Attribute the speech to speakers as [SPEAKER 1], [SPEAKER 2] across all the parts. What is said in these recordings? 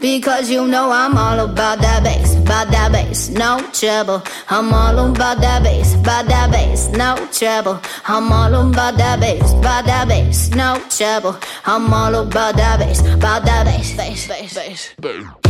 [SPEAKER 1] Because you know I'm all about that bass, about that bass, no trouble. I'm all about that bass, about that bass, no trouble. I'm all about that bass, about that bass, no trouble. I'm all about that bass, about that bass, bass, bass, bass.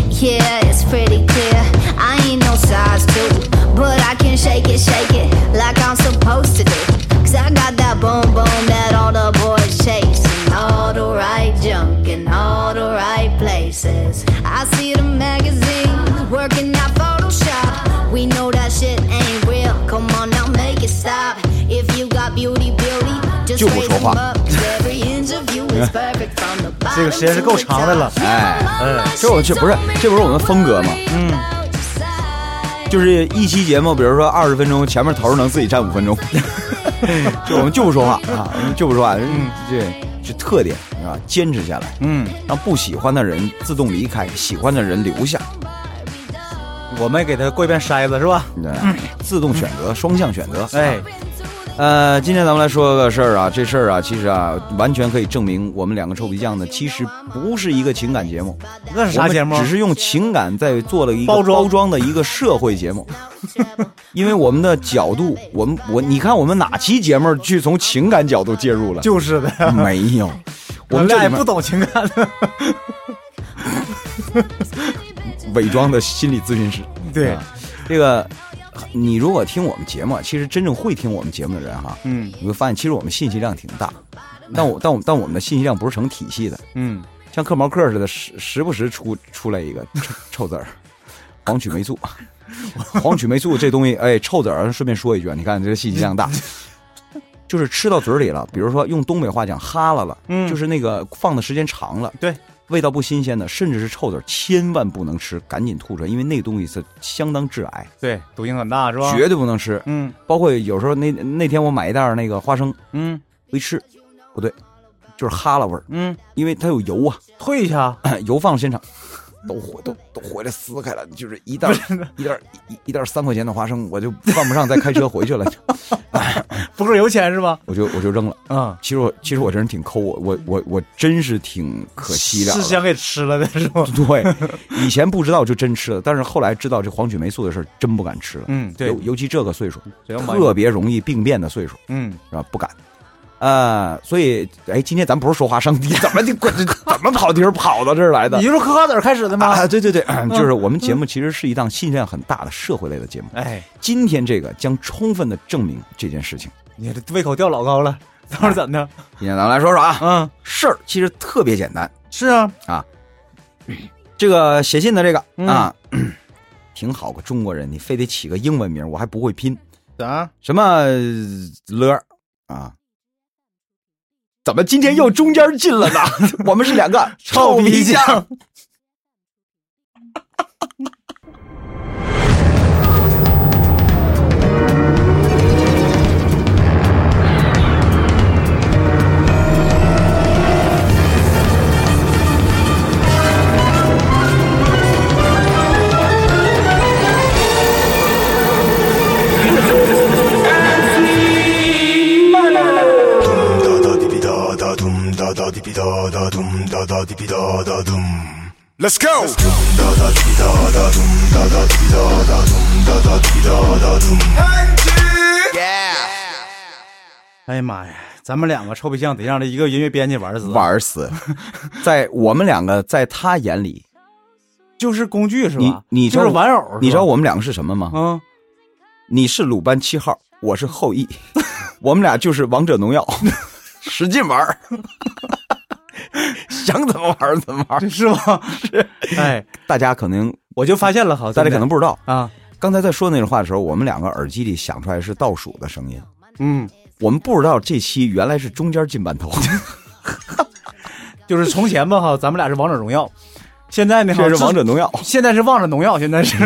[SPEAKER 1] Yeah, it's pretty clear. I ain't no size two, but I can shake it, shake it like I'm supposed to do. Cause I got that boom boom that all the boys chase, and all the right junk in all the right places. I see the magazines working out Photoshop. We know that shit ain't real. Come on now, make it stop. If you got beauty, beauty, just
[SPEAKER 2] 就不
[SPEAKER 1] raise
[SPEAKER 2] 说
[SPEAKER 1] them
[SPEAKER 2] 话
[SPEAKER 1] up. Every inch of you is perfect from the bottom
[SPEAKER 3] 这个时间是够
[SPEAKER 1] to the
[SPEAKER 3] 长的
[SPEAKER 1] top.
[SPEAKER 3] 了，
[SPEAKER 2] 哎，
[SPEAKER 3] 嗯，
[SPEAKER 2] 这我这不是这不是我们风格吗？
[SPEAKER 1] 嗯。
[SPEAKER 2] 就是一期节目，比如说二十分钟，前面头儿能自己占五分钟， 就我们就不说话啊，我们就不说话，这这特点啊，坚持下来，
[SPEAKER 3] 嗯，
[SPEAKER 2] 让不喜欢的人自动离开，喜欢的人留下，
[SPEAKER 3] 我们给他过一遍筛子是吧？
[SPEAKER 2] 你知道吗？自动选择，双向选择。
[SPEAKER 3] 嗯哎，
[SPEAKER 2] 呃，今天咱们来说个事儿啊，这事儿啊，其实啊，完全可以证明我们两个臭皮匠呢，其实不是一个情感节目，
[SPEAKER 3] 那是啥节目
[SPEAKER 2] 我们？只是用情感在做了一个
[SPEAKER 3] 包装
[SPEAKER 2] 的一个社会节目， 因为我们的角度，我们我你看我们哪期节目去从情感角度介入了？
[SPEAKER 3] 就是 的，
[SPEAKER 2] 没有，我
[SPEAKER 3] 我们
[SPEAKER 2] 们这
[SPEAKER 3] 俩也
[SPEAKER 2] 里
[SPEAKER 3] 不
[SPEAKER 2] 面
[SPEAKER 3] 懂情感的。
[SPEAKER 2] 伪装的心理咨询师。
[SPEAKER 3] 对
[SPEAKER 2] 啊这个你如果听我们节目啊，其实真正会听我们节目的人哈，
[SPEAKER 3] 嗯
[SPEAKER 2] 你会发现其实我们信息量挺大，但我但我但我们的信息量不是成体系的，
[SPEAKER 3] 嗯，
[SPEAKER 2] 像嗑毛嗑似的，时时不时出出来一个臭臭字儿，黄曲霉素， 黄曲霉素这东西，哎，臭字儿，顺便说一句啊，你看这信息量大，就是吃到嘴里了，比如说用东北话讲哈喇了，
[SPEAKER 3] 嗯
[SPEAKER 2] 就是那个放的时间长了，
[SPEAKER 3] 对，
[SPEAKER 2] 味道不新鲜的，甚至是臭字儿，千万不能吃，赶紧吐出来，因为那东西是相当致癌，
[SPEAKER 3] 对，毒性很大是吧？
[SPEAKER 2] 绝对不能吃。
[SPEAKER 3] 嗯
[SPEAKER 2] 包括有时候那那天我买一袋儿那个花生，
[SPEAKER 3] 嗯
[SPEAKER 2] 我一吃，不对，就是哈喇味儿，
[SPEAKER 3] 嗯，
[SPEAKER 2] 因为它有油啊，
[SPEAKER 3] 退一下，
[SPEAKER 2] 油放现场，都回都都回来撕开了，就是一袋儿一袋儿一一一袋儿三块钱的花生，我就犯不上再开车回去了，
[SPEAKER 3] 不够油钱是吧？
[SPEAKER 2] 我就我就扔了。
[SPEAKER 3] 嗯，
[SPEAKER 2] 其实我其实我这人挺抠，我我我我真是挺可惜的
[SPEAKER 3] 是。想给吃了的是吧？
[SPEAKER 2] 对，以前不知道就真吃了，但是后来知道这黄曲霉素的事儿，真不敢吃了。
[SPEAKER 3] 嗯，对
[SPEAKER 2] 尤，尤其这个岁数，
[SPEAKER 3] 只要买
[SPEAKER 2] 特别容易病变的岁数。
[SPEAKER 3] 嗯，
[SPEAKER 2] 是吧？不敢。呃，所以，哎，今天咱不是说花生，你怎么你滚，怎么跑题儿跑到这儿来的
[SPEAKER 3] 你？就是嗑瓜子儿开始的吗？嗯
[SPEAKER 2] 啊，对对对， 就是我们节目其实是一档信息量很大的社会类的节目。
[SPEAKER 3] 哎，
[SPEAKER 2] 今天这个将充分的证明这件事情。
[SPEAKER 3] 你这胃口吊老高了，到时候怎么的？
[SPEAKER 2] 今天咱们来说说啊，
[SPEAKER 3] 嗯，
[SPEAKER 2] 事儿其实特别简单。
[SPEAKER 3] 是啊，
[SPEAKER 2] 这个写信的这个
[SPEAKER 3] 嗯
[SPEAKER 2] 啊， 挺好个中国人，你非得起个英文名，我还不会拼，
[SPEAKER 3] 啊，
[SPEAKER 2] 什么了儿啊？怎么今天又中间进了呢？ 我们是两个
[SPEAKER 3] 嗯 臭
[SPEAKER 2] 皮
[SPEAKER 3] 皮
[SPEAKER 2] 匠。
[SPEAKER 3] 匠，
[SPEAKER 4] Dum da da di bi da da dum da da di bi da da dum da da di bi da da dum. Let's go. Dum da da di bi da da dum da da di bi da da dum da da di bi da da dum.
[SPEAKER 3] 哎呀妈呀，咱们两个臭皮匠得让这一个音乐编辑玩死，
[SPEAKER 2] 玩死，在我们两个在他眼里，
[SPEAKER 3] 就是工具是
[SPEAKER 2] 你
[SPEAKER 3] 吧？
[SPEAKER 2] 你知
[SPEAKER 3] 就
[SPEAKER 2] 道
[SPEAKER 3] 是玩偶是吧，
[SPEAKER 2] 你知道我们两个是什么吗？
[SPEAKER 3] 嗯，
[SPEAKER 2] 你是鲁班七号，我是后 羿，我们俩就是王者 农药，使劲玩 儿，想怎么玩儿怎么玩儿。
[SPEAKER 3] 是吧？ 哎，
[SPEAKER 2] 大家可能
[SPEAKER 3] 我就发现了，好，
[SPEAKER 2] 大家
[SPEAKER 3] 真的
[SPEAKER 2] 可能不知道，
[SPEAKER 3] 啊，
[SPEAKER 2] 刚才在说那种话的时候，我们两个耳机里响出来是倒数的声音，
[SPEAKER 3] 嗯，
[SPEAKER 2] 我们不知道这期原来是中间进半 头，
[SPEAKER 3] 就是从前吧哈， 咱们俩是王者荣耀，现在呢哈
[SPEAKER 2] 这哦是王者，嗯农药。
[SPEAKER 3] 自现在是王者农药，现在是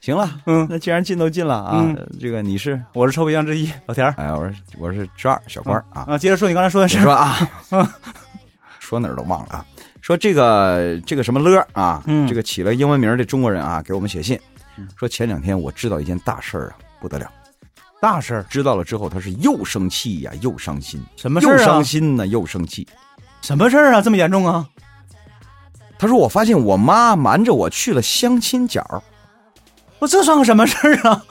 [SPEAKER 2] 行了，
[SPEAKER 3] 嗯
[SPEAKER 2] 那既然进都进了啊，
[SPEAKER 3] 嗯
[SPEAKER 2] 呃这个你是，
[SPEAKER 3] 我是臭皮匠之一 老田儿
[SPEAKER 2] 哎，我是我是之二小官儿啊。
[SPEAKER 3] 啊，接着说你刚才说的事
[SPEAKER 2] 你
[SPEAKER 3] 儿，
[SPEAKER 2] 说啊，说哪儿都忘了啊。说这个这个什么乐儿啊，
[SPEAKER 3] 嗯
[SPEAKER 2] 这个起了英文名儿的中国人啊，给我们写信说前两天我知道一件大事儿啊，不得了。
[SPEAKER 3] 大事儿
[SPEAKER 2] 知道了之后，他是又生气呀、又伤心，
[SPEAKER 3] 什么事
[SPEAKER 2] 又
[SPEAKER 3] 儿
[SPEAKER 2] 伤
[SPEAKER 3] 啊？
[SPEAKER 2] 心呢，又生气。
[SPEAKER 3] 什么事儿啊？这么严重啊？
[SPEAKER 2] 他说我发现我妈瞒着我去了相亲角儿，
[SPEAKER 3] 我这算个什么事儿 啊？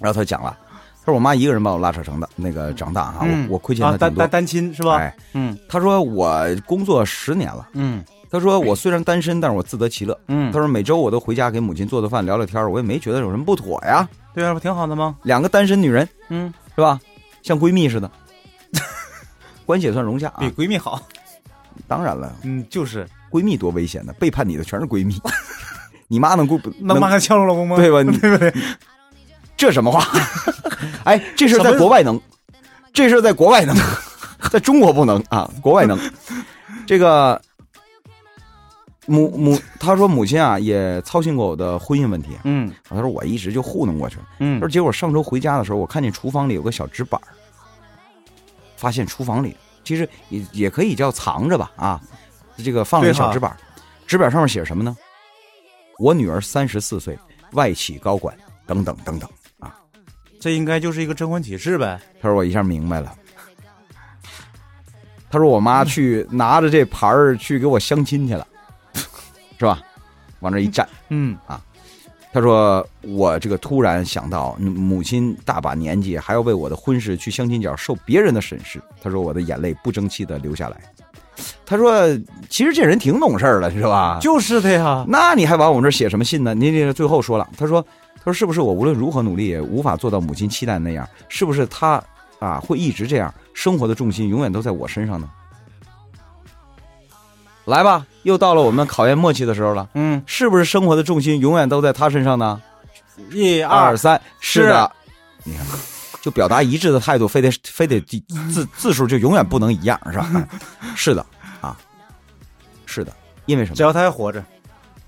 [SPEAKER 2] 然后他讲了，他说我妈一个人把我拉扯成的那个长大哈，
[SPEAKER 3] 嗯
[SPEAKER 2] 我我亏欠
[SPEAKER 3] 啊
[SPEAKER 2] 她
[SPEAKER 3] 单
[SPEAKER 2] 挺多。
[SPEAKER 3] 单单亲是吧？
[SPEAKER 2] 哎，
[SPEAKER 3] 嗯
[SPEAKER 2] 他说我工作十年了，
[SPEAKER 3] 嗯
[SPEAKER 2] 他说我虽然单身，但是我自得其乐。
[SPEAKER 3] 嗯
[SPEAKER 2] 他，说每周我都回家给母亲做做饭，聊聊天儿，我也没觉得有什么不妥呀。
[SPEAKER 3] 对啊，不挺好的吗？
[SPEAKER 2] 两个单身女人
[SPEAKER 3] 嗯，
[SPEAKER 2] 是吧，像闺蜜似的， 关系也算融洽啊
[SPEAKER 3] 比。闺蜜好。
[SPEAKER 2] 当然了，
[SPEAKER 3] 嗯，就是
[SPEAKER 2] 闺蜜多危险呢，背叛你的全是闺蜜。 你妈能顾
[SPEAKER 3] 那
[SPEAKER 2] 能
[SPEAKER 3] 妈能撬动老公吗？
[SPEAKER 2] 对 吧？对不对？这什么话？ 哎，这事儿在国外能，这事儿在国外能，在中国不能啊，国外能。这个母母，他说母亲啊也操心过我的婚姻问题，啊
[SPEAKER 3] 嗯
[SPEAKER 2] 他说我一直就糊弄过去了。
[SPEAKER 3] 嗯
[SPEAKER 2] 他说结果上周回家的时候，我看见厨房里有个小纸板儿发现厨房里其实也也可以叫藏着吧啊，这个放了一个
[SPEAKER 3] 对哈
[SPEAKER 2] 小纸板儿纸板上面写什么呢？我女儿三十四岁，外企高管，等等等等。
[SPEAKER 3] 这应该就是一个征婚启事呗。
[SPEAKER 2] 他说我一下明白了。他说我妈去拿着这牌儿去给我相亲去了，是吧？往这一站，
[SPEAKER 3] 嗯
[SPEAKER 2] 他说我这个突然想到嗯母亲大把年纪还要为我的婚事去相亲角受别人的审视，他说我的眼泪不争气的流下来。他说其实这人挺懂事儿的，是吧？
[SPEAKER 3] 就是的呀。
[SPEAKER 2] 那你还往我们这儿写什么信呢？您这最后说了，他说，他说是不是我无论如何努力也无法做到母亲期待的那样？是不是他啊会一直这样？生活的重心永远都在我身上呢？来吧，又到了我们考验默契的时候了，
[SPEAKER 3] 嗯，
[SPEAKER 2] 是不是生活的重心永远都在他身上呢？
[SPEAKER 3] 一
[SPEAKER 2] 二
[SPEAKER 3] 二
[SPEAKER 2] 三，
[SPEAKER 3] 是
[SPEAKER 2] 是的，你看，就表达一致的态度，非得非得字字数就永远不能一样，是吧？ 哎是的，啊，是的，因为什么
[SPEAKER 3] 只？要他还活着，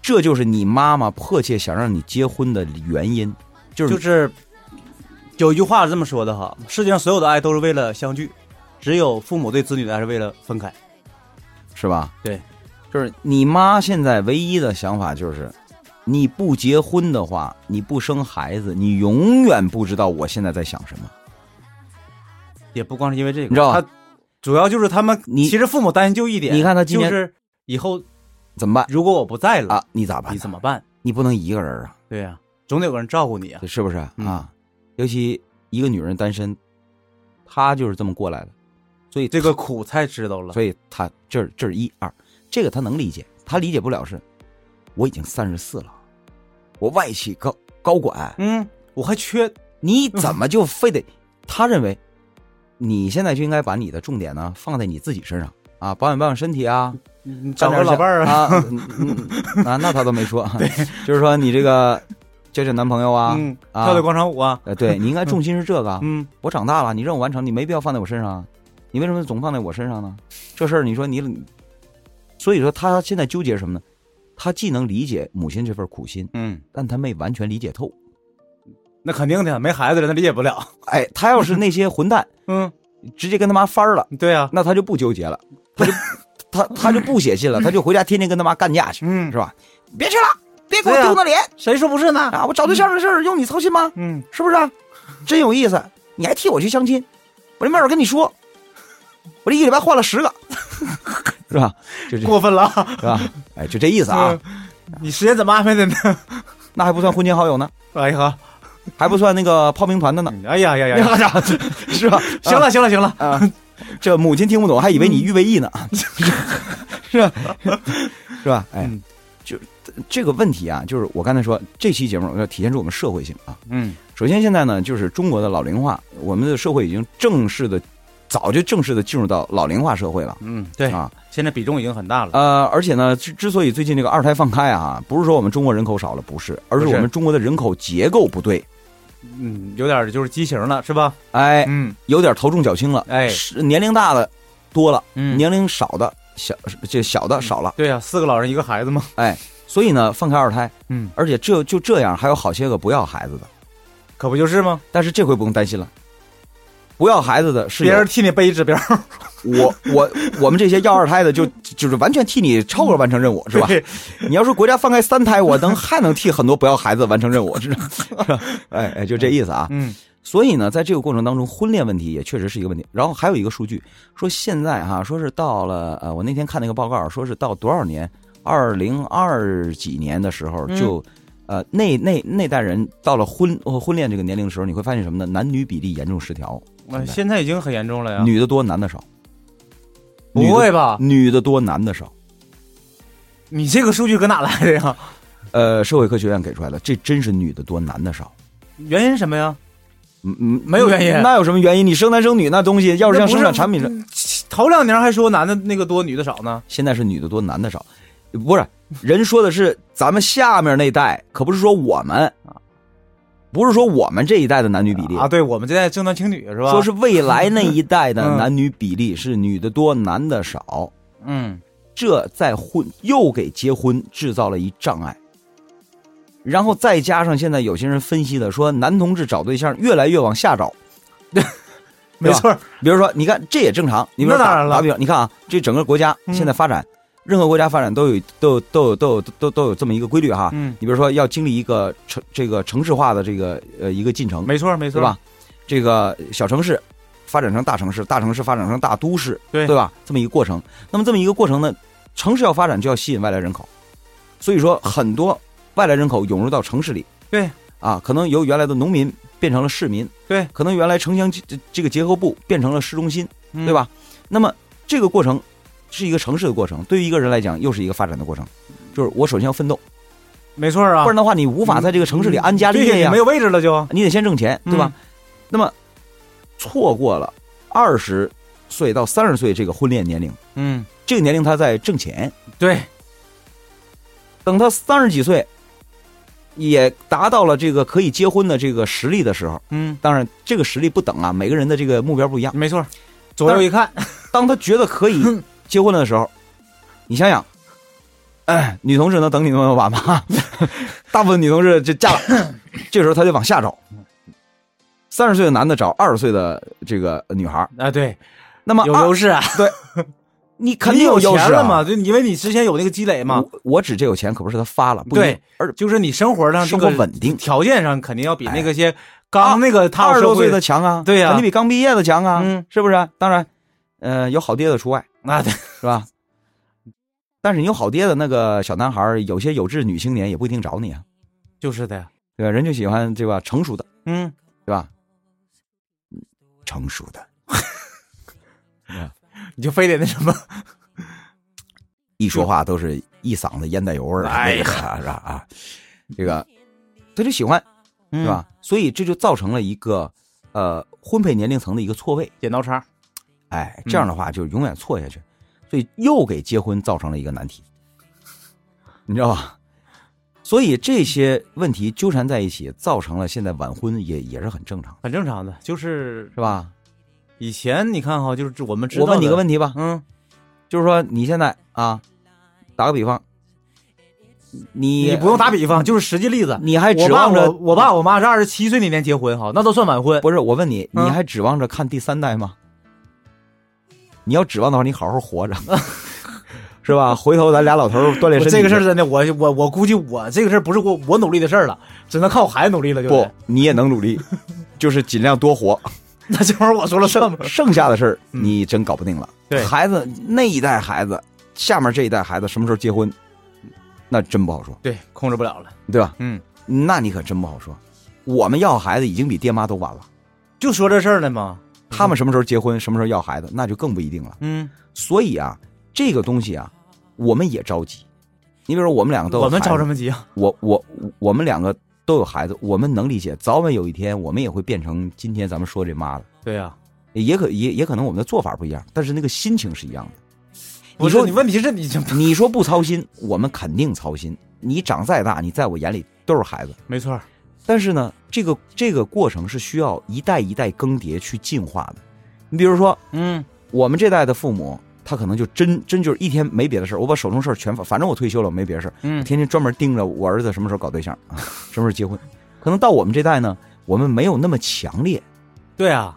[SPEAKER 2] 这就是你妈妈迫切想让你结婚的原因，就是
[SPEAKER 3] 就是有一句话是这么说的哈：世界上所有的爱都是为了相聚，只有父母对子女的爱是为了分开。
[SPEAKER 2] 是吧？
[SPEAKER 3] 对，
[SPEAKER 2] 就是你妈现在唯一的想法就是，你不结婚的话，你不生孩子，你永远不知道我现在在想什么。
[SPEAKER 3] 也不光是因为这个，
[SPEAKER 2] 你知道吧啊
[SPEAKER 3] 他主要就是他们，
[SPEAKER 2] 你
[SPEAKER 3] 其实父母担心就一点，
[SPEAKER 2] 你看他今
[SPEAKER 3] 就
[SPEAKER 2] 年
[SPEAKER 3] 是以后
[SPEAKER 2] 怎么办
[SPEAKER 3] 如果我不在了，
[SPEAKER 2] 啊？你咋办？
[SPEAKER 3] 你怎么？办？
[SPEAKER 2] 你不能一个人啊，
[SPEAKER 3] 对呀、总得有个人照顾你啊。
[SPEAKER 2] 是不是、
[SPEAKER 3] 嗯
[SPEAKER 2] 啊？尤其一个女人单身，她就是这么过来的，所以
[SPEAKER 3] 这个苦才知道了，
[SPEAKER 2] 所以她这这是一二，这个她能理解，她理解不了是，我已经三十四了，我外企高高管，
[SPEAKER 3] 嗯，我还缺，
[SPEAKER 2] 你怎么就非得？他认为，你现在就应该把你的重点呢放在你自己身上啊，保养保养身体啊，
[SPEAKER 3] 你找个老伴儿啊，
[SPEAKER 2] 啊啊,嗯、嗯嗯啊，那他都没 说，就是说你这个交交男朋友啊，
[SPEAKER 3] 嗯，
[SPEAKER 2] 啊
[SPEAKER 3] 跳跳广场舞啊，
[SPEAKER 2] 呃， 对你应该重心是这个啊。
[SPEAKER 3] 嗯，
[SPEAKER 2] 我长大了，你任务完成，你没必要放在我身上啊，你为什么总放在我身上呢？这事儿你说你，所以说他现在纠结什么呢？他既能理解母亲这份苦心，
[SPEAKER 3] 嗯，
[SPEAKER 2] 但他没完全理解透。
[SPEAKER 3] 那肯定的，没孩子了，那理解不了。
[SPEAKER 2] 哎，他要是那些混蛋，
[SPEAKER 3] 嗯，
[SPEAKER 2] 直接跟他妈翻儿了。
[SPEAKER 3] 对呀、
[SPEAKER 2] 那他就不纠结了，他就他他就不写信了，他就回家天天跟他妈干架去，
[SPEAKER 3] 嗯
[SPEAKER 2] 是，吧？别去了，别给我
[SPEAKER 3] 对啊
[SPEAKER 2] 丢那脸
[SPEAKER 3] 谁说不是呢？
[SPEAKER 2] 啊！我找对象的事儿用你操心吗？
[SPEAKER 3] 嗯，
[SPEAKER 2] 是不是啊？真有意思，你还替我去相亲，我这没法跟你说，我这一个礼拜换了十个， 是吧？就这
[SPEAKER 3] 过分了啊！
[SPEAKER 2] 是吧？哎，就这意思啊，
[SPEAKER 3] 嗯你时间怎么安排的呢？
[SPEAKER 2] 那还不算婚前好友呢，
[SPEAKER 3] 哎呀，
[SPEAKER 2] 还不算那个炮兵团的呢，
[SPEAKER 3] 哎呀呀呀呀！
[SPEAKER 2] 那家伙 是吧？
[SPEAKER 3] 行了，行了，行了，
[SPEAKER 2] 啊，这母亲听不懂，还以为
[SPEAKER 3] 嗯
[SPEAKER 2] 你预备役呢， 是吧？ 是吧？哎
[SPEAKER 3] 嗯，
[SPEAKER 2] 就这个问题啊，就是我刚才说这期节目要体现出我们社会性啊。
[SPEAKER 3] 嗯
[SPEAKER 2] 首先，现在呢，就是中国的老龄化，我们的社会已经正式的，早就正式的进入到老龄化社会了
[SPEAKER 3] 嗯，啊对，
[SPEAKER 2] 啊。
[SPEAKER 3] 现在比重已经很大了。
[SPEAKER 2] 呃，而且呢，之之所以最近这个二胎放开啊，不是说我们中国人口少了，不是，而是
[SPEAKER 3] 不是
[SPEAKER 2] 我们中国的人口结构不对，
[SPEAKER 3] 嗯，有点就是畸形了，是吧？
[SPEAKER 2] 哎，
[SPEAKER 3] 嗯
[SPEAKER 2] 有点头重脚轻了，
[SPEAKER 3] 哎
[SPEAKER 2] 是，年龄大的多了，
[SPEAKER 3] 嗯，
[SPEAKER 2] 年龄少的小这小的少了。
[SPEAKER 3] 对呀、四个老人一个孩子嘛。
[SPEAKER 2] 所以呢，放开二胎，
[SPEAKER 3] 嗯，
[SPEAKER 2] 而且这就这样，还有好些个不要孩子的，
[SPEAKER 3] 可不就是吗？
[SPEAKER 2] 但是这回不用担心了，不要孩子的是
[SPEAKER 3] 别
[SPEAKER 2] 有
[SPEAKER 3] 人替你背一指标，
[SPEAKER 2] 我我我们这些要二胎的就就是完全替你超额完成任务是吧？
[SPEAKER 3] 对？
[SPEAKER 2] 你要说国家放开三胎，我能还能替很多不要孩子完成任务，是吧？是 吧哎哎，就这意思啊。
[SPEAKER 3] 嗯
[SPEAKER 2] 所以呢，在这个过程当中，婚恋问题也确实是一个问题。然后还有一个数据说，现在哈、说是到了呃，我那天看那个报告，说是到多少年二零二几年的时
[SPEAKER 3] 嗯
[SPEAKER 2] 候就，呃，那那那代人到了婚呃婚恋这个年龄的时候，你会发现什么呢？男女比例严重失调，
[SPEAKER 3] 我现在已经很严重了呀。
[SPEAKER 2] 女的多，男的少。
[SPEAKER 3] 啊不会吧？
[SPEAKER 2] 女的多，男的少。
[SPEAKER 3] 你这个数据搁哪来的呀？
[SPEAKER 2] 呃，社会科学院给出来的，这真是女的多，男的少。
[SPEAKER 3] 原因是什么呀？
[SPEAKER 2] 嗯嗯，
[SPEAKER 3] 没有原因
[SPEAKER 2] 那有什么原因？你生男生女那东西，要是像生产产品，
[SPEAKER 3] 那不嗯是头两年还说男的那个多，女的少呢。
[SPEAKER 2] 现在是女的多，男的少，不是人说的是咱们下面那代，可不是说我们，不是说我们这一代的男女比例
[SPEAKER 3] 啊，对我们这代重男轻女是吧？
[SPEAKER 2] 说是未来那一代的
[SPEAKER 3] 嗯
[SPEAKER 2] 男女比例是女的多，男的少，
[SPEAKER 3] 嗯，
[SPEAKER 2] 这在婚又给结婚制造了一障碍。然后再加上现在有些人分析的说，男同志找对象越来越往下找，
[SPEAKER 3] 没错儿，
[SPEAKER 2] 比如说，你看这也正常。你比如说
[SPEAKER 3] 那
[SPEAKER 2] 打
[SPEAKER 3] 当然了
[SPEAKER 2] 打比方，你看啊，这整个国家
[SPEAKER 3] 嗯
[SPEAKER 2] 现在发展，任何国家发展都有都有都有都有都都有这么一个规律哈。
[SPEAKER 3] 嗯，
[SPEAKER 2] 你比如说，要经历一个城这个城市化的这个呃一个进程，
[SPEAKER 3] 没错儿，没错
[SPEAKER 2] 对
[SPEAKER 3] 儿，
[SPEAKER 2] 吧？这个小城市发展成大城市，大城市发展成大都市，
[SPEAKER 3] 对
[SPEAKER 2] 对吧？这么一个过程。那么这么一个过程呢，城市要发展就要吸引外来人口，所以说很多外来人口涌入到城市里。
[SPEAKER 3] 对
[SPEAKER 2] 啊，可能由原来的农民变成了市民，
[SPEAKER 3] 对，
[SPEAKER 2] 可能原来城乡这这个结合部变成了市中心，
[SPEAKER 3] 嗯
[SPEAKER 2] 对？吧？那么这个过程是一个城市的过程，对于一个人来讲又是一个发展的过程。就是我首先要奋斗，
[SPEAKER 3] 没错儿啊，嗯
[SPEAKER 2] 不然的话你无法在这个城市里安家立业
[SPEAKER 3] 对
[SPEAKER 2] 呀
[SPEAKER 3] 没。有位置了就，
[SPEAKER 2] 你得先挣钱，对吧？那么错过了二十岁到三十岁这个婚恋年龄，
[SPEAKER 3] 嗯？
[SPEAKER 2] 这个年龄他在挣钱，
[SPEAKER 3] 嗯，对，
[SPEAKER 2] 等他三十几岁，也达到了这个可以结婚的这个实力的时候，
[SPEAKER 3] 嗯，
[SPEAKER 2] 当然这个实力不等啊，每个人的这个目标不一样。
[SPEAKER 3] 没错儿，左右一看，
[SPEAKER 2] 当他觉得可以结婚了的时候，你想想。哎，女同志能等你那么晚吗？ 大部分女同志就嫁了，这时候他就往下找，三十岁的男的找二十岁的这个女孩儿，
[SPEAKER 3] 啊，对，
[SPEAKER 2] 那么
[SPEAKER 3] 有
[SPEAKER 2] 二
[SPEAKER 3] 优 势啊，
[SPEAKER 2] 你肯定
[SPEAKER 3] 你有
[SPEAKER 2] 优
[SPEAKER 3] 钱
[SPEAKER 2] 势
[SPEAKER 3] 了
[SPEAKER 2] 啊
[SPEAKER 3] 嘛，就因为你之前有那个积累嘛，
[SPEAKER 2] 我我指这有钱可不是他发了，不一定
[SPEAKER 3] 对，
[SPEAKER 2] 而
[SPEAKER 3] 就是你生活上这
[SPEAKER 2] 生活
[SPEAKER 3] 个
[SPEAKER 2] 稳定，
[SPEAKER 3] 条件上肯定要比那个些
[SPEAKER 2] 啊
[SPEAKER 3] 刚那个踏
[SPEAKER 2] 二
[SPEAKER 3] 入
[SPEAKER 2] 十
[SPEAKER 3] 社
[SPEAKER 2] 多岁
[SPEAKER 3] 会
[SPEAKER 2] 的强啊，
[SPEAKER 3] 对呀
[SPEAKER 2] 肯定比刚毕业的强啊，
[SPEAKER 3] 嗯
[SPEAKER 2] 是不是？当然，呃，有好爹的除外，
[SPEAKER 3] 那嗯啊对
[SPEAKER 2] 是吧？但是你有好爹的那个小男孩儿，有些有志女青年也不一定找你啊，
[SPEAKER 3] 就是的呀，
[SPEAKER 2] 对吧？人就喜欢对吧？成熟的，
[SPEAKER 3] 嗯，
[SPEAKER 2] 对吧？成熟的
[SPEAKER 3] 你就非得那什么，
[SPEAKER 2] 一说话都是一嗓子烟袋油味儿啊，
[SPEAKER 3] 哎
[SPEAKER 2] 呀，是吧？啊，这个他就喜欢
[SPEAKER 3] 是
[SPEAKER 2] 是？吧？
[SPEAKER 3] 嗯
[SPEAKER 2] 所以这就造成了一个呃婚配年龄层的一个错位，
[SPEAKER 3] 剪刀差，
[SPEAKER 2] 哎，这样的
[SPEAKER 3] 嗯
[SPEAKER 2] 话就永远错下去，所以又给结婚造成了一个难题，你知道吧？所以这些问题纠缠在一起，造成了现在晚婚也也是很正常的，
[SPEAKER 3] 很正常的，就是
[SPEAKER 2] 是吧？
[SPEAKER 3] 以前你看哈，就是我们知道
[SPEAKER 2] 我
[SPEAKER 3] 的
[SPEAKER 2] 问你个问题吧，
[SPEAKER 3] 嗯，
[SPEAKER 2] 就是说你现在啊，打个比方，你
[SPEAKER 3] 你不用打比方，就是实际例子。
[SPEAKER 2] 你还
[SPEAKER 3] 我
[SPEAKER 2] 指
[SPEAKER 3] 爸
[SPEAKER 2] 望
[SPEAKER 3] 我
[SPEAKER 2] 着
[SPEAKER 3] 我爸我妈是二十七岁那年结婚哈，那都算晚婚。
[SPEAKER 2] 不是，我问你，你
[SPEAKER 3] 嗯
[SPEAKER 2] 还指望着看第三代吗？你要指望的话，你好好活着， 是吧？回头咱俩老头儿锻炼身
[SPEAKER 3] 我
[SPEAKER 2] 体。
[SPEAKER 3] 这个事儿真的，我我我估计我这个事儿不是我我努力的事儿了，只能靠我孩子努力了，就
[SPEAKER 2] 不
[SPEAKER 3] 是。，
[SPEAKER 2] 你也能努力， 就是尽量多 活。
[SPEAKER 3] 那这玩意儿我说 了算吗？
[SPEAKER 2] 剩下的事儿
[SPEAKER 3] 嗯
[SPEAKER 2] 你真搞不定了。
[SPEAKER 3] 对
[SPEAKER 2] 孩子那一代孩子，下面这一代孩子什么时候结婚，那真不好说，
[SPEAKER 3] 对，控制不了了。
[SPEAKER 2] 对吧？
[SPEAKER 3] 嗯，
[SPEAKER 2] 那你可真不好说。我们要孩子已经比爹妈都晚了，
[SPEAKER 3] 就说这事儿了嘛。
[SPEAKER 2] 他们什么时候结婚，什么时候要孩子，那就更不一定了。
[SPEAKER 3] 嗯，
[SPEAKER 2] 所以啊，这个东西啊，我们也着急。你比如说，我们两个都有
[SPEAKER 3] 我们
[SPEAKER 2] 孩子
[SPEAKER 3] 着什么 急啊？
[SPEAKER 2] 我我我们两个都有孩子，我们能理解，早晚有一天我们也会变成今天咱们说这妈的，
[SPEAKER 3] 对呀，
[SPEAKER 2] 也可也也可能我们的做法不一样，但是那个心情是一样的。
[SPEAKER 3] 不
[SPEAKER 2] 你
[SPEAKER 3] 是
[SPEAKER 2] 说
[SPEAKER 3] 你问题是你 这
[SPEAKER 2] 你说不操心，我们肯定操心。你长再大，你在我眼里都是孩子。
[SPEAKER 3] 没错儿，
[SPEAKER 2] 但是呢，这个这个过程是需要一代一代更迭去进化的。你比如说，
[SPEAKER 3] 嗯，
[SPEAKER 2] 我们这代的父母，他可能就真真就是一天没别的事儿，我把手中事儿全放，反正我退休了，我没别的事儿，
[SPEAKER 3] 嗯
[SPEAKER 2] 天天专门盯着我儿子什么时候搞对象 啊，什么时候结婚。可能到我们这代呢，我们没有那么强烈，
[SPEAKER 3] 对啊，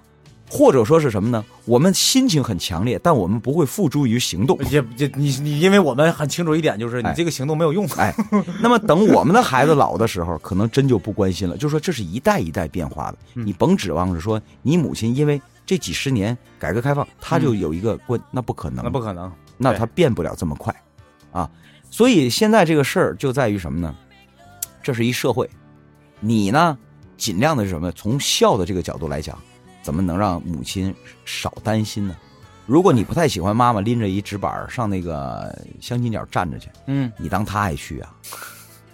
[SPEAKER 2] 或者说是什么呢？我们心情很强烈，但我们不会付诸于行动。
[SPEAKER 3] 也也你你，因为我们很清楚一点，就是你
[SPEAKER 2] 哎
[SPEAKER 3] 这个行动没有用。
[SPEAKER 2] 哎，那么等我们的孩子老的时候，可能真就不关心了。就说这是一代一代变化的，你甭指望着说你母亲因为这几十年改 嗯革开放，她就有一个关，那不可能，
[SPEAKER 3] 嗯那不可能，
[SPEAKER 2] 那
[SPEAKER 3] 对
[SPEAKER 2] 它变不了这么快，啊，所以现在这个事儿就在于什么呢？这是一社会，你呢尽量的是什么？从孝的这个角度来讲，怎么能让母亲少担心呢？如果你不太喜欢妈妈拎着一纸板儿上那个相亲角站着去，
[SPEAKER 5] 嗯，
[SPEAKER 2] 你当他还去啊？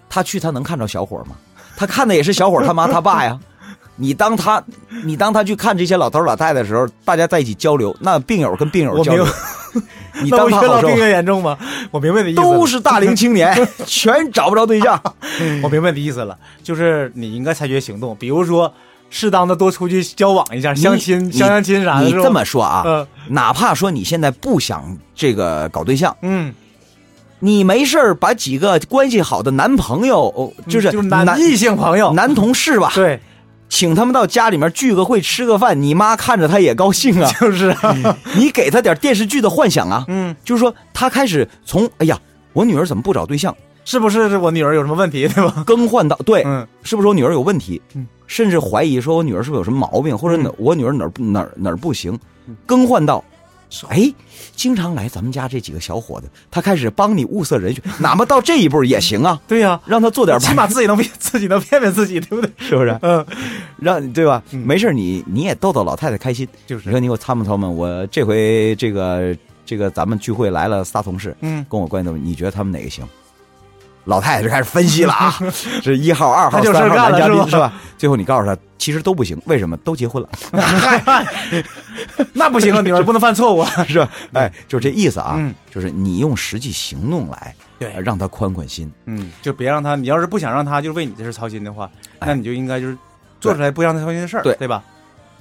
[SPEAKER 2] 他去他能看着小伙儿吗？他看的也是小伙儿他妈他爸呀。你当他，你当他去看这些老头儿老太太的时候，大家在一起交流，那病友跟病友
[SPEAKER 3] 我
[SPEAKER 2] 交流
[SPEAKER 3] 明，
[SPEAKER 2] 你
[SPEAKER 3] 那
[SPEAKER 2] 当
[SPEAKER 3] 我
[SPEAKER 2] 他
[SPEAKER 3] 越
[SPEAKER 2] 好
[SPEAKER 3] 老
[SPEAKER 2] 受
[SPEAKER 3] 病，越严重吗？ 我明白你的意思了，
[SPEAKER 2] 都是大龄青 年，全找不着对象。
[SPEAKER 3] 我明白你的意思了，就是你应该采取行动，比如说适当的多出去交往一下， 相亲、
[SPEAKER 2] 你
[SPEAKER 3] 相相亲啥的，
[SPEAKER 2] 你
[SPEAKER 3] 是吧
[SPEAKER 2] 这么说啊，
[SPEAKER 3] 嗯
[SPEAKER 2] 哪怕说你现在不想这个搞对象，
[SPEAKER 3] 嗯，
[SPEAKER 2] 你没事儿把几个关系好的男朋友，哦就是
[SPEAKER 3] 嗯就是
[SPEAKER 2] 男
[SPEAKER 3] 男异性朋友，
[SPEAKER 2] 男同事吧，
[SPEAKER 3] 对，
[SPEAKER 2] 请他们到家里面聚个会、吃个饭，你妈看着他也高兴 啊。
[SPEAKER 3] 就是啊
[SPEAKER 2] 你给他点电视剧的幻想啊，
[SPEAKER 3] 嗯，
[SPEAKER 2] 就是说他开始从哎呀，我女儿怎么不找对象，
[SPEAKER 3] 是不是我女儿有什么问题，对 吧？
[SPEAKER 2] 更换到对，
[SPEAKER 3] 嗯
[SPEAKER 2] 是不是我女儿有问题？
[SPEAKER 3] 嗯
[SPEAKER 2] 甚至怀疑说我女儿是不是有什么毛病，或者哪、我女儿哪儿不哪儿哪儿不行，
[SPEAKER 3] 嗯
[SPEAKER 2] 更换到。哎，经常来咱们家这几个小伙子，他开始帮你物色人选，哪怕到这一步也行啊，
[SPEAKER 3] 对呀、
[SPEAKER 2] 让他做点吧，
[SPEAKER 3] 嗯起码自己能 骗自己能骗骗自己，对不对？
[SPEAKER 2] 是不是？
[SPEAKER 3] 嗯，
[SPEAKER 2] 让对吧？
[SPEAKER 3] 嗯
[SPEAKER 2] 没事儿你你也逗逗老太太开心。
[SPEAKER 3] 就是
[SPEAKER 2] 你说你给我参谋参谋，我这回这个这个咱们聚会来了仨同事，
[SPEAKER 3] 嗯，
[SPEAKER 2] 跟我关系怎么？你觉得他们哪个行？老太太就开始分析了 啊，是一号、二号、
[SPEAKER 3] 他就
[SPEAKER 2] 三
[SPEAKER 3] 事儿
[SPEAKER 2] 号
[SPEAKER 3] 干
[SPEAKER 2] 男
[SPEAKER 3] 了
[SPEAKER 2] 嘉宾
[SPEAKER 3] 是吧
[SPEAKER 2] 是吧？最后你告诉他，其实都不行，为什么？都结 婚了，
[SPEAKER 3] 那不行啊，女儿不能犯错误啊。
[SPEAKER 2] 是吧？哎，就是这意思啊，
[SPEAKER 3] 嗯
[SPEAKER 2] 就是你用实际行动来，呃
[SPEAKER 3] 对
[SPEAKER 2] 让他宽宽心。
[SPEAKER 3] 嗯，就别让她，你要是不想让她就是为你的事操心的话，
[SPEAKER 2] 哎
[SPEAKER 3] 那你就应该就是做出来不让她操心的事儿，
[SPEAKER 2] 对
[SPEAKER 3] 对吧？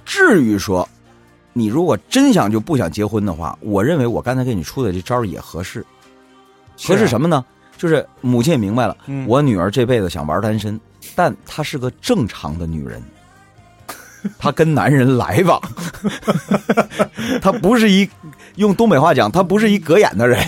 [SPEAKER 2] 至于说，你如果真想就不想结婚的话，我认为我刚才给你出的这招儿也合适。合适什么呢？就是母亲也明白了，
[SPEAKER 3] 嗯
[SPEAKER 2] 我女儿这辈子想玩单身，但她是个正常的女 人，她跟男人来吧，她不是一用东北话讲，她不是一隔眼的 人，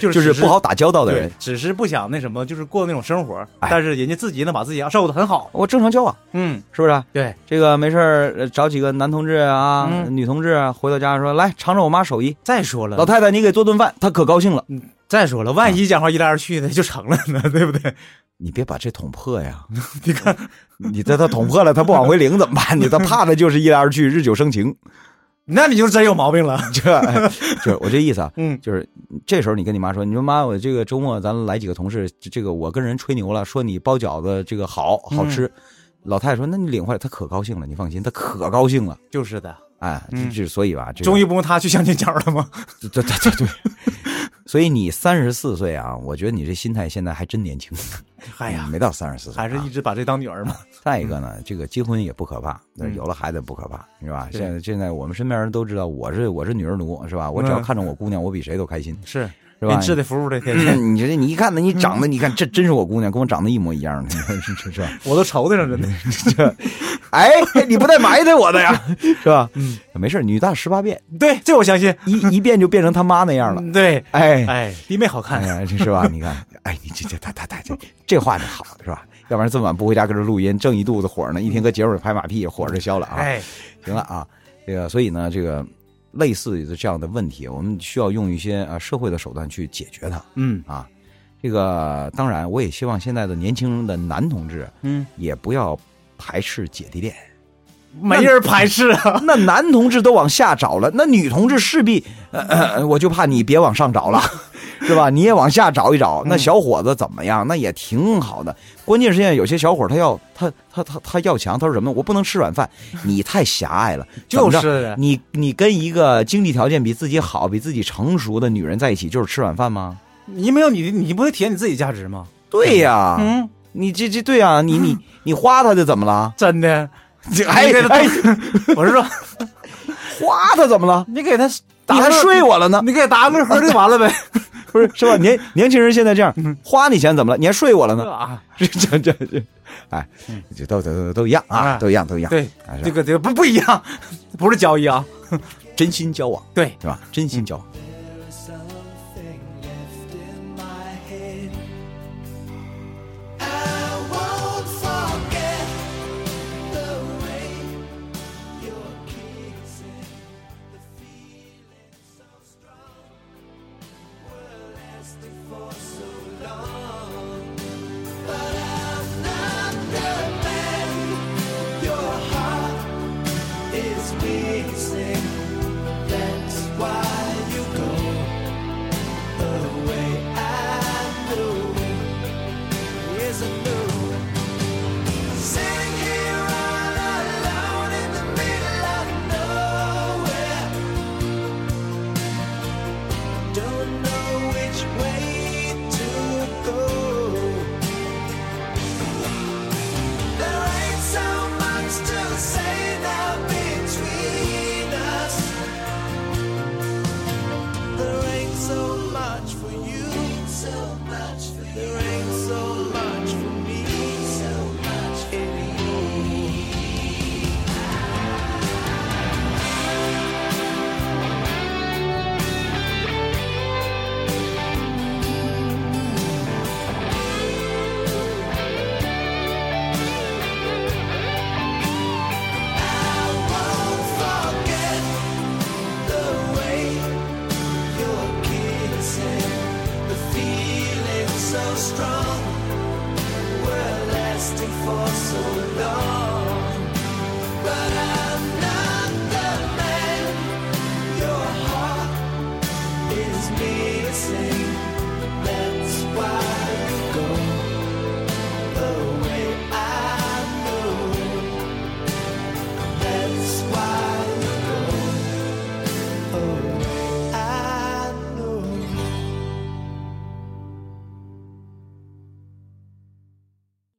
[SPEAKER 3] 就是
[SPEAKER 2] 就是
[SPEAKER 3] 只
[SPEAKER 2] 不好打交道的人
[SPEAKER 3] 对。，只是不想那什么，就是过那种生活，
[SPEAKER 2] 哎
[SPEAKER 3] 但是人家自己能把自己照顾的很好。
[SPEAKER 2] 我正常交往，
[SPEAKER 3] 嗯，
[SPEAKER 2] 是不是？啊
[SPEAKER 3] 对，
[SPEAKER 2] 这个没事儿呃找几个男同志啊、
[SPEAKER 3] 嗯
[SPEAKER 2] 女同志啊，回到家说来尝尝我妈手艺，
[SPEAKER 3] 再说了，
[SPEAKER 2] 老太太你给做顿饭，她可高兴了。
[SPEAKER 3] 嗯再说了，万一讲话一来二去的就成了呢， 对不对？
[SPEAKER 2] 你别把这捅破呀！
[SPEAKER 3] 你看，
[SPEAKER 2] 你这他捅破了，他不往回领怎么 办？你他怕的就是一来二去，日久生情。
[SPEAKER 3] 那你就真有毛病了。
[SPEAKER 2] 这哎就是我这意思啊，
[SPEAKER 3] 嗯
[SPEAKER 2] 就是这时候你跟你妈说，你说妈，我这个周末咱来几个同事，这这个我跟人吹牛了，说你包饺子这个好好吃。
[SPEAKER 3] 嗯
[SPEAKER 2] 老太太说，那你领回来，她可高兴了，你放心，她可高兴了。
[SPEAKER 3] 就是的，
[SPEAKER 2] 哎，这
[SPEAKER 3] 嗯
[SPEAKER 2] 这所以吧，这个
[SPEAKER 3] 终于不用他去相亲角了吗？
[SPEAKER 2] 对对对对。 所以你三十四岁啊，我觉得你这心态现在还真年轻。
[SPEAKER 3] 哎呀，
[SPEAKER 2] 没到三十四岁啊，
[SPEAKER 3] 还是一直把这当女儿嘛。
[SPEAKER 2] 再一个呢，这个结婚也不可怕，但是有了孩子也不可怕，是吧？
[SPEAKER 3] 对
[SPEAKER 2] 现在现在我们身边人都知道，我是我是女儿奴，是吧？我只要看着我姑娘，我比谁都开心，
[SPEAKER 3] 哎是
[SPEAKER 2] 是吧
[SPEAKER 3] 人？质的服务的，天天
[SPEAKER 2] 嗯你这你一看呢，你长得，你看这真是我姑娘，跟我长得一模一样的，是是是吧？
[SPEAKER 3] 我都愁的上，真的。
[SPEAKER 2] 哎，你不带埋汰我的呀，是吧？嗯，没事儿，女大十八变，
[SPEAKER 3] 对，这我相 信。
[SPEAKER 2] 一一变就变成他妈那样了。
[SPEAKER 3] 嗯对，
[SPEAKER 2] 哎
[SPEAKER 3] 哎，弟妹好
[SPEAKER 2] 哎
[SPEAKER 3] 看，
[SPEAKER 2] 呀，这是吧？你看，哎，你这这他他他这这话就好是吧？要不然这么晚不回家跟这录音，正一肚子火呢，一天搁节目里拍马屁，火就消了啊。
[SPEAKER 3] 哎，
[SPEAKER 2] 行了啊，这个所以呢，这个类似的这样的问题，我们需要用一些啊社会的手段去解决它
[SPEAKER 3] 嗯，
[SPEAKER 2] 啊。这个当然，我也希望现在的年轻的男同志，
[SPEAKER 5] 嗯，
[SPEAKER 2] 也不要排斥姐弟恋。
[SPEAKER 3] 没人排斥啊。
[SPEAKER 2] 那男同志都往下找了，那女同志势必，呃呃，我就怕你别往上找 了，是吧？你也往下找一找。那小伙子怎么样？那也挺好的。关键是现在有些小伙儿他要他他他他要强，他说什么？我不能吃软饭，你太狭隘 了。
[SPEAKER 3] 就
[SPEAKER 2] 怎么着
[SPEAKER 3] 是
[SPEAKER 2] 你你跟一个经济条件比自己好、比自己成熟的女人在一起，就是吃软饭吗？
[SPEAKER 3] 你没有你，你不会体验你自己价值吗？
[SPEAKER 2] 对呀，
[SPEAKER 3] 嗯，
[SPEAKER 2] 你这这对呀，你你你花他就怎么了？
[SPEAKER 3] 真的。嗯
[SPEAKER 2] 这哎哎，
[SPEAKER 3] 我是说，
[SPEAKER 2] 花他怎么了？
[SPEAKER 3] 你给他打
[SPEAKER 2] 你还
[SPEAKER 3] 个
[SPEAKER 2] 睡我了呢？
[SPEAKER 3] 你给打个盒就完了呗。
[SPEAKER 2] 不是是吧？ 年年轻人现在这样，花你钱怎么了？你还睡我了呢？
[SPEAKER 3] 啊，
[SPEAKER 2] 这这这这，哎，这都都都都一样啊，
[SPEAKER 3] 啊
[SPEAKER 2] 都一样都一样。
[SPEAKER 3] 对
[SPEAKER 2] 啊，是吧
[SPEAKER 3] 这个这个不不一样，不是交易啊。
[SPEAKER 2] 真心交往
[SPEAKER 3] 对，
[SPEAKER 2] 是吧？真心交往。